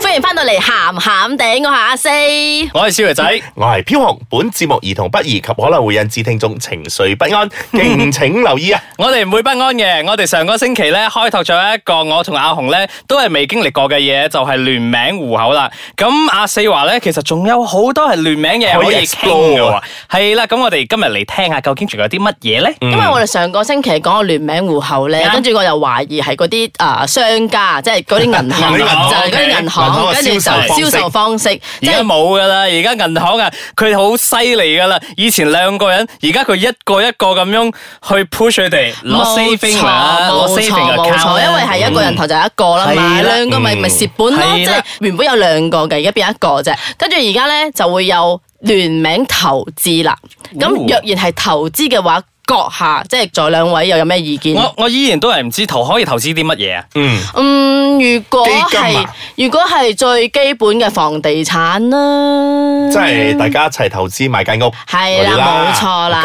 歡迎翻到嚟咸咸哋，我係阿四。我係小 肥仔，我係飄紅，本節目兒童不宜及可能會引致聽眾情緒不 安，敬請留意啊！我哋唔會不安嘅。我哋上個星期咧開拓咗一個我同阿紅咧都係未經歷過嘅嘢，就係、聯名戶口啦。咁阿四話咧，其實仲有好多係聯名嘅嘢可以可以傾嘅 explore 喎啊。係啦，咁我哋今日嚟聽下究竟仲有啲乜嘢咧？因為我哋上個星期講個聯名戶口咧，啊跟住我又懷疑係嗰啲啊商家，即係嗰啲銀行， 銀就行係嗰啲銀銀行行，嘅跟住就銷售方式銷售方式，而即家係冇噶啦，而家銀行啊，佢好犀利噶啦。以前兩個人，而家佢一個一個咁樣去 push 佢哋攞 saving 啊，冇攞錯 saving 冇 account 錯，啊因為係一個人頭就係一個啦嗯嘛，係啦兩個咪咪蝕本咯，係即啦係原本有兩個嘅，而家變一個啫。跟住而家咧就會有聯名投資啦。咁哦若然係投資嘅話，閣下即係在兩位又有咩意見？我我依然都係唔知投可以投資啲乜嘢啊？嗯，嗯，如果基金係啊如果係最基本嘅房地產啦，嗯即係大家一齊投資買間屋，係嗰啲啦，冇嗯錯啦，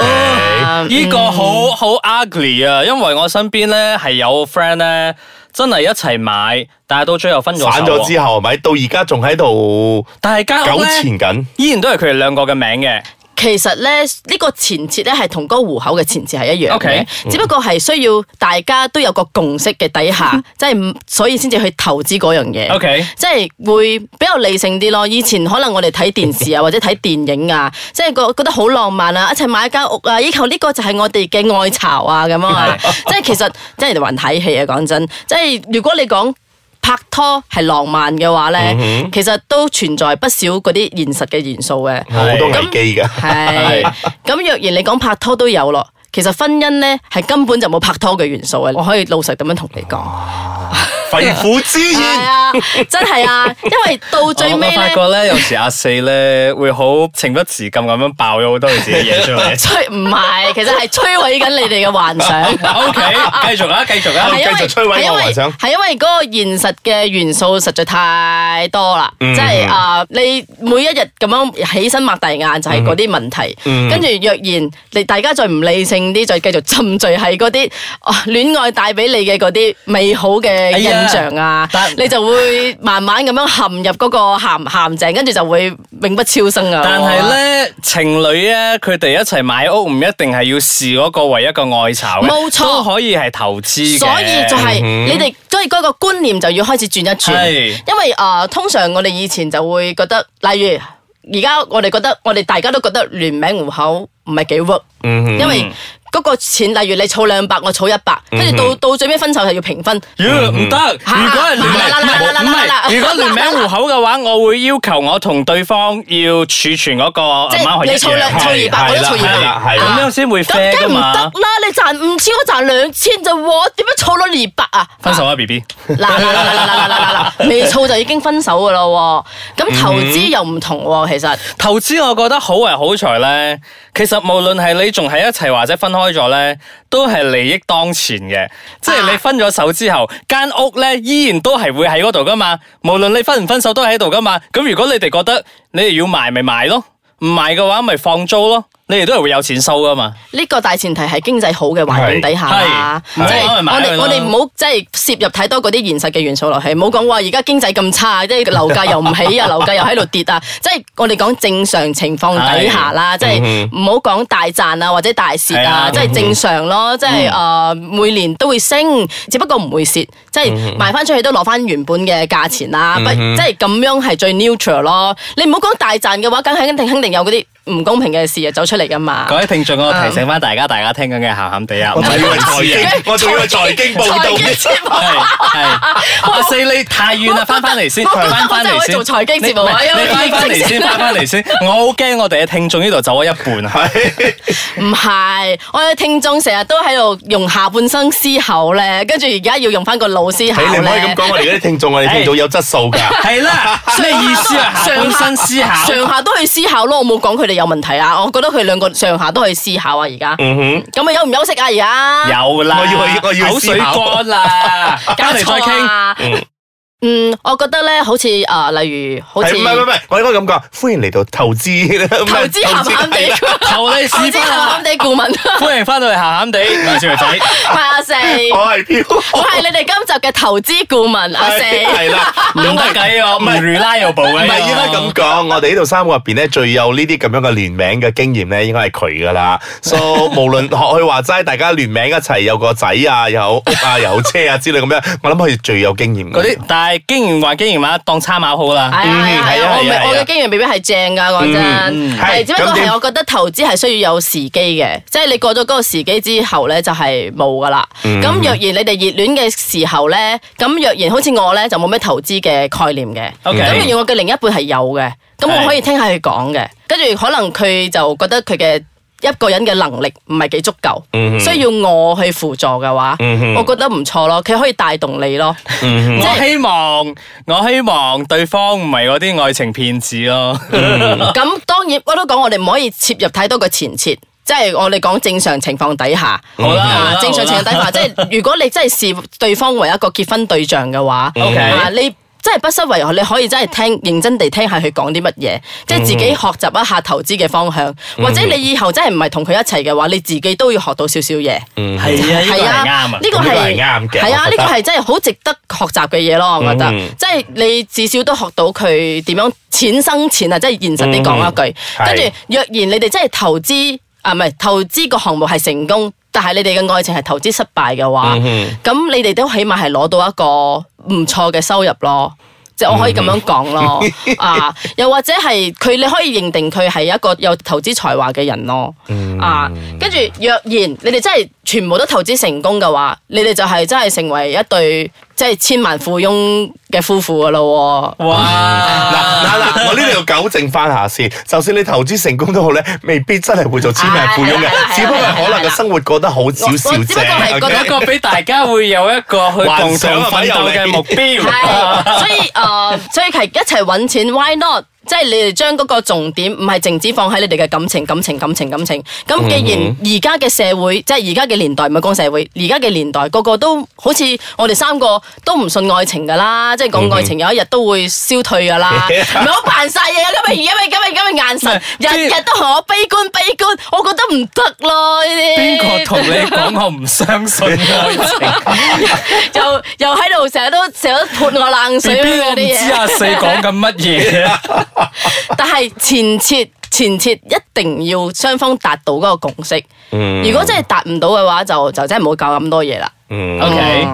呢嗯個好好 ugly 啊，因為我身邊咧係有 friend 咧，真係一齊買，但係到最後嗯分咗手散咗喎。之後，係咪到而家仲喺度但係啊間屋糾咧纏緊？依然都係佢哋兩個嘅名嘅，其實咧，呢個前設咧係同嗰個户口嘅前設係一樣嘅 OK 嗯只不過係需要大家都有個共識嘅底下，即係唔所以先至去投資嗰樣嘢。嗯 OK 即係會比較理性啲咯。以前可能我哋睇電視啊，或者睇電影啊， 即係覺覺得好浪漫啊，一齊買一間屋啊，以後呢個就係我哋嘅愛巢啊咁樣 啊。即係其實即係人哋還睇戲啊，講真，即係如果你講。拍拖係浪漫嘅話嗯咧，其實都存在不少嗰啲現實嘅元素嘅。 好多危機㗎。係，咁若然你講拍拖都有咯，其實婚姻咧係根本就冇拍拖嘅元素嘅，我可以老實咁樣同你講。哦肺腑之係言，啊，真係啊，因為到最我尾 我發咧，覺咧，有時阿四咧會好情不自禁咁樣爆咗好多佢自己嘢出 嚟。摧唔係，其實係摧毀緊你哋嘅 幻想。 O K，繼續啊，繼續啊係。因為繼續摧毀我係因為幻想係因為嗰個現實嘅元素實在太多啦，嗯即係啊，你每一日咁樣起身擘大眼就係嗰啲問題，嗯跟住若然你大家再唔理性啲，再繼續沉醉喺嗰啲啊戀愛帶俾你嘅嗰啲美好嘅印象啊哎呀，但你就會慢慢咁樣陷入嗰個陷陷阱，跟住就會永不超生啊！但係咧，情侶咧，佢哋一齊買屋唔一定係要視嗰個為一個愛巢嘅，冇錯都可以係投資嘅。所以就係你哋都係嗰個觀念就要開始轉一轉，係因為啊、呃通常我哋以前就會覺得，例如而家我哋覺得，我哋大家都覺得聯名户口唔係幾 work，、因為嗰個錢，例如你儲兩百，我儲一百，跟住到到最尾分手係要平分，呀嗯唔得！如果係聯名，嗱嗱嗱嗱嗱嗱唔係，如果聯名户口嘅話，我會要求我同對方要儲存嗰個即係 amount 係你一儲兩樣，儲二百，我都儲係二啦百。係啦咁樣先會咁 fair 梗係噶唔嘛得。啦！你賺五千，我賺兩千咋喎？點樣儲到二百啊？分手啊，B B。嗱嗱嗱嗱嗱嗱嗱嗱嗱，未儲就已經分手噶啦喎，咁投資又唔同喎，其實投資我覺得好係好在咧，其實無論係你仲喺一齊或者分開咗咧，都係利益當前嘅。即係你分咗手之後，間屋咧依然都係會喺嗰度噶嘛。無論你分唔分手都喺度噶嘛。咁如果你哋覺得你哋要賣咪賣咯，唔賣嘅話咪放租咯。你哋都係會有錢收噶嘛。呢個大前提係經濟好嘅環境底下啦，即係係係唔好攞嚟買我佢哋啦我哋唔好即係涉入太多嗰啲現實嘅元素落去，唔好講話而家經濟咁差，即係樓價又唔起啊，樓價又喺度跌啊， 即係我哋講正常情況底下啦，即係唔好講大賺啊或者大蝕啊，嗯係即啊嗯係正常咯，即係誒每年都會升，只不過唔會蝕，即嗯係賣翻出去都攞翻原本嘅價錢啦，不即係咁樣係最 neutral 咯。你唔好講大賺嘅話，梗係肯定肯定有嗰啲唔公平嘅事啊走出嚟噶嘛。各位聽眾，我提醒翻大家，大家聽緊嘅咸咸地啊， 我仲以為財經，我仲以為財經報道財經節目係 係，阿四你太遠啦，翻翻嚟先，我覺得翻翻我真係嚟可以先。做財經節目啊你因為你翻翻嚟疫情先，翻翻嚟先。我好驚我哋嘅聽眾呢度走咗一 半啊！唔係，我哋聽眾成日都喺度用下半生思考咧，跟住而家要用翻個腦思考你你唔可以咁咧。講，我哋嗰啲聽眾，我哋聽眾有質素㗎。 係啦，咩意思啊？下半身思考。上下都去思考咯，我冇講佢哋有問題啊，我覺得佢兩個上下都去思考啊，而嗯家。咁啊，休唔休息啊？而家有啦，我要去我要去口水 思考乾啦，搞翻嚟再錯傾。啊！嗯，我覺得咧，好似啊、例如好似係唔係唔係唔係，我應該咁講，歡迎嚟到投 資投資鹹鹹地，求你投資屎忽鹹鹹啊！地顧問，唔歡迎翻到嚟鹹鹹地，我係小肥仔。係阿四，我係 飄，我係你哋今集嘅投資顧問阿四。係啊啦，唔得計啊，唔 reliable 唔嘅。係應該咁講，我哋呢度三個入邊咧，最有呢啲咁樣嘅聯名嘅經驗咧，應該係佢噶啦。 所以無論學佢話齋，大家聯名一齊有個仔啊，有 屋啊，有車啊之類咁樣，我諗佢最有經驗嘅。嗰啲，但係經驗還經驗話，當參考好啦。 係啊嗯係係啊啊，係我啊咪我係啊嘅經驗未必係正噶，講嗯嗯真，係係只不過咁點係我覺得投資係需要有時機嘅，即係你過咗嗰個時機之後咧就係冇噶啦。嗯咁若然你哋熱戀嘅時候咧，咁若然好似我咧就冇咩投資嘅概念嘅， OK 咁若然我嘅另一半係有嘅，咁係我可以聽下佢講嘅，跟住可能佢就覺得佢嘅。一個人嘅能力唔係幾足夠，嗯需要我去輔助嘅話，我覺得唔錯咯，佢可以帶動你咯。嗯我希望我希望對方唔係嗰啲愛情騙子咯。咁當然我都講，我哋唔可以切入太多嘅前設。即係我哋講正常情況底下，好啦好啦啊正常情況底下，即係如果你真係視對方為一個結婚對象嘅 話 OK 啊你真係不失為何，你可以真係聽認真地聽下佢講啲乜嘢，即係嗯自己學習一下投資嘅方向，或者你以後真係唔係同佢一齊嘅話，你自己都要學到少少嘢。係啊，呢個係啱啊。呢個呢個係係啱嘅係啊，我覺呢得個係真係好值得學習嘅嘢咯，我覺得嗯，即係你至少都學到佢點樣錢生錢啊，即係現實啲講一句。嗯跟住係若然你哋真係投資啊，唔係投資個項目係成功，但係你哋嘅愛情係投資失敗嘅嗯話， 咁你哋都起碼係攞到一個唔錯嘅收入咯。即係我可以咁樣講咯，啊，又或者係佢你可以認定佢係一個有投資才華嘅人咯，啊，跟住若然你哋真係全部都投資成功嘅話，你哋就係真係成為一對即係千萬富翁嘅夫婦噶咯喎。嗱哇！嗱嗱，我呢度要糾正翻下先。就算你投資成功都好咧，未必真係會做千萬富翁嘅係啊係，係只不過係可能個生活過得好少少我我啫。只不過係覺得 OK？一個俾大家會有一個去幻共同想啊奮鬥嘅目標。係，所以誒、呃所以係一齊揾錢，why not？即係你哋將嗰個重點唔係淨止放喺你哋嘅感情、感情、感情、感情。咁既然而家嘅社會，即係而家嘅年代，唔係講社會，而家嘅年代個個都好似我哋三個都唔信愛情㗎啦，即係講愛情有一日都會消退 㗎啦。唔好扮晒嘢，因為因為因為因為眼神，唔係日日都同我悲觀悲觀，我覺得唔得咯呢啲。邊個同 你講我唔相信愛啊情？又又喺度成日都成日都潑我冷 B 水 B，嗰我啲唔知嘢。阿四講緊乜 嘢啊？但係前設前設一定要雙方達到嗰個共識。如果真係達唔到嘅話，就就真係唔好搞咁多嘢啦。嗯 OK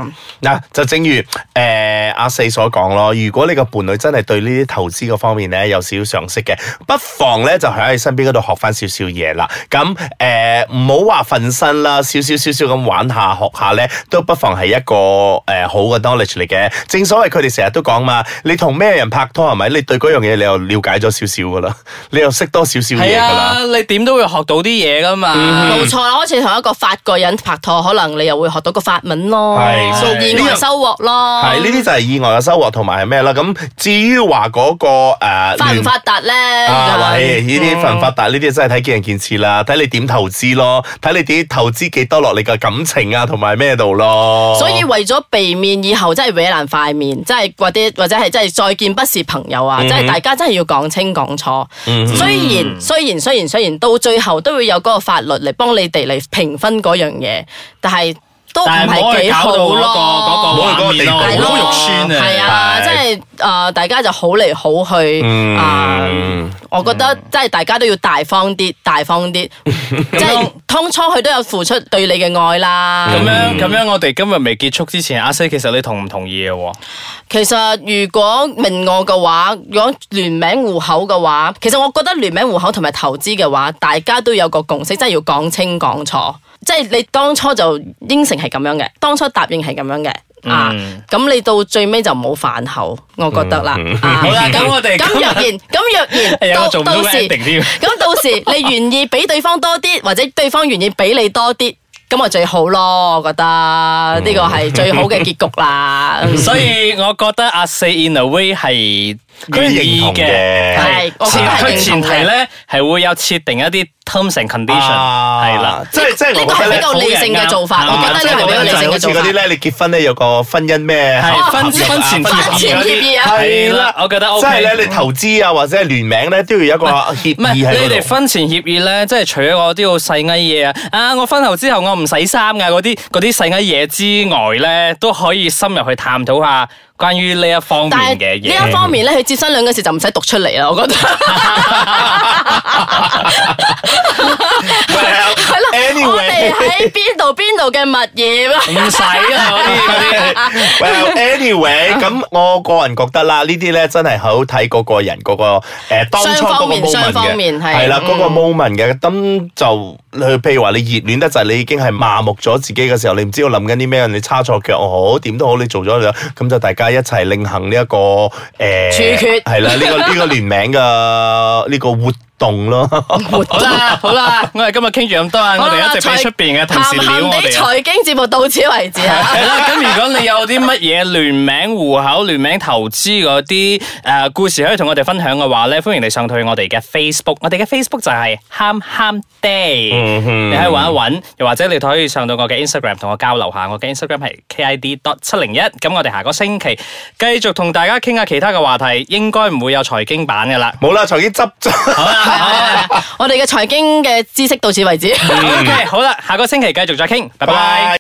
嗱，就正如誒呃阿四所講咯，如果你個伴侶真係對呢啲投資嗰方面咧有少少常識嘅，不妨咧就喺你身邊嗰度學翻少少嘢啦。咁誒唔好話瞓身啦，少少少少咁玩下學下咧，都不妨係一個誒、呃好嘅 knowledge 嚟嘅。正所謂佢哋成日都講嘛，你同咩人拍拖係咪？你對嗰樣嘢你又了解咗少少噶啦， 你又識多少少嘢係噶啦嗯啊。，你點都會學到啲嘢噶嘛。冇錯啦，好似同一個法國人拍拖，可能你又會學到個法文咯，係所以意外收穫咯。係呢啲就係意外嘅收穫同埋係咩啦？咁至於話嗰個呃誒發唔聯發達咧？啊，又話係呢啲發唔發達呢啲真係睇見仁見智啦，睇你點投資咯，睇你點投資幾多落你嘅感情啊，同埋咩度咯。哦啊所以為咗避免以後真係搲爛塊面，即係或者或者係真係再見不是朋友啊！嗯即係大家真係要講清講楚。雖然雖然雖然雖然到最後都會有嗰個法律嚟幫你哋嚟評分嗰樣嘢，但係都唔但係唔好係去幾搞好到嗰個嗰個唔咯。好去嗰個畫地面咯，係步好咯肉酸啊！係啊，係即係誒，大家就好嚟好去嗯啊！我覺嗯得即係大家都要大方啲，大 方啲，即係當初佢都有付出對你嘅愛嗯啦。咁樣咁樣，我哋今日未結束之前，阿 C 其實你同唔同意嘅喎？其實如果明我嘅話，如果聯名户口嘅話，其實我覺得聯名户口同埋投資嘅話，大家都有個共識，真係要講清講楚。即係你當初就應承係咁樣嘅，當初答應係咁樣嘅。嗯啊，咁你到最尾就唔好飯後，我覺得啦。啊嗯好啦咁我哋咁今若日然， 咁係啊我若做然到唔到到時， ending 添 咁到時你願意俾對方多啲，或者對方願意俾你多啲，咁咪最好咯。我覺得呢個係最好嘅結局 啦。所以我覺得阿四 in a way 係佢係認同嘅願意係我覺前得係佢認同前提嘅咧係會有設定一啲 terms and condition，啊係啦。即係即係呢我個覺得係咧比較理性嘅做法，好我人覺啊得呢個比較理性嘅就好似做嗰啲咧，法。你結婚咧有個婚姻咩？係合婚約啊婚前婚婚前協協議議啊嗰啲係係啦啦，我覺得 O 即係 K。咧，你投資啊或者係聯名咧，都要有一個協唔係議喺你嗰哋 度。婚前協議咧，即係除咗我啲好細埃嘢啊，啊我婚後之後我唔洗衫噶嗰啲嗰啲細埃嘢之外咧，都可以深入去探討下關於呢一方面但嘅係嘢。呢一方面咧，佢接新娘嗰時就唔使讀出嚟啦，我覺得。 Well, 係啦，我哋啊 anyway。喺邊度邊度嘅物業啊？唔使啦，嗰啲嗰 啲。Well, anyway，咁 我個人覺得啦，呢啲咧真係好睇嗰個人嗰、個誒、呃、當初嗰個雙 moment 方嘅，面雙方面係係啦嗯嗰個 moment 嘅，咁就呃你譬如話你熱戀得滯，你已經係麻木咗自己嘅時候，你唔知道諗緊啲咩，你叉錯腳又好，點都好，你做咗就咁就大家一齊另行呢、一 個誒、呃、處決係啦，呢、個呢、個聯名嘅呢、個活動咯。好啦 好啦，我哋今日傾住咁多啊，我哋一直俾出邊嘅同事鹹撩鹹我地哋啊。財經節目到此為止啊！係啦，咁如果你有啲乜嘢聯名户口、聯名投資嗰啲誒故事可以同我哋分享嘅話咧，歡迎你上去我哋嘅 Facebook，我哋嘅 Facebook 就係喊喊 day，你可以揾一揾，又或者你可以上到我嘅 Instagram 同我交流下，我嘅 Instagram 係 KID dot 七零一，咁我哋下個星期繼續同大家傾下其他嘅話題，應該唔會有財經版噶啦。冇啦，財經執咗。我哋嘅財經嘅知識到此為止。 嗯 OK，好啦，下個星期繼續再傾，拜拜拜拜。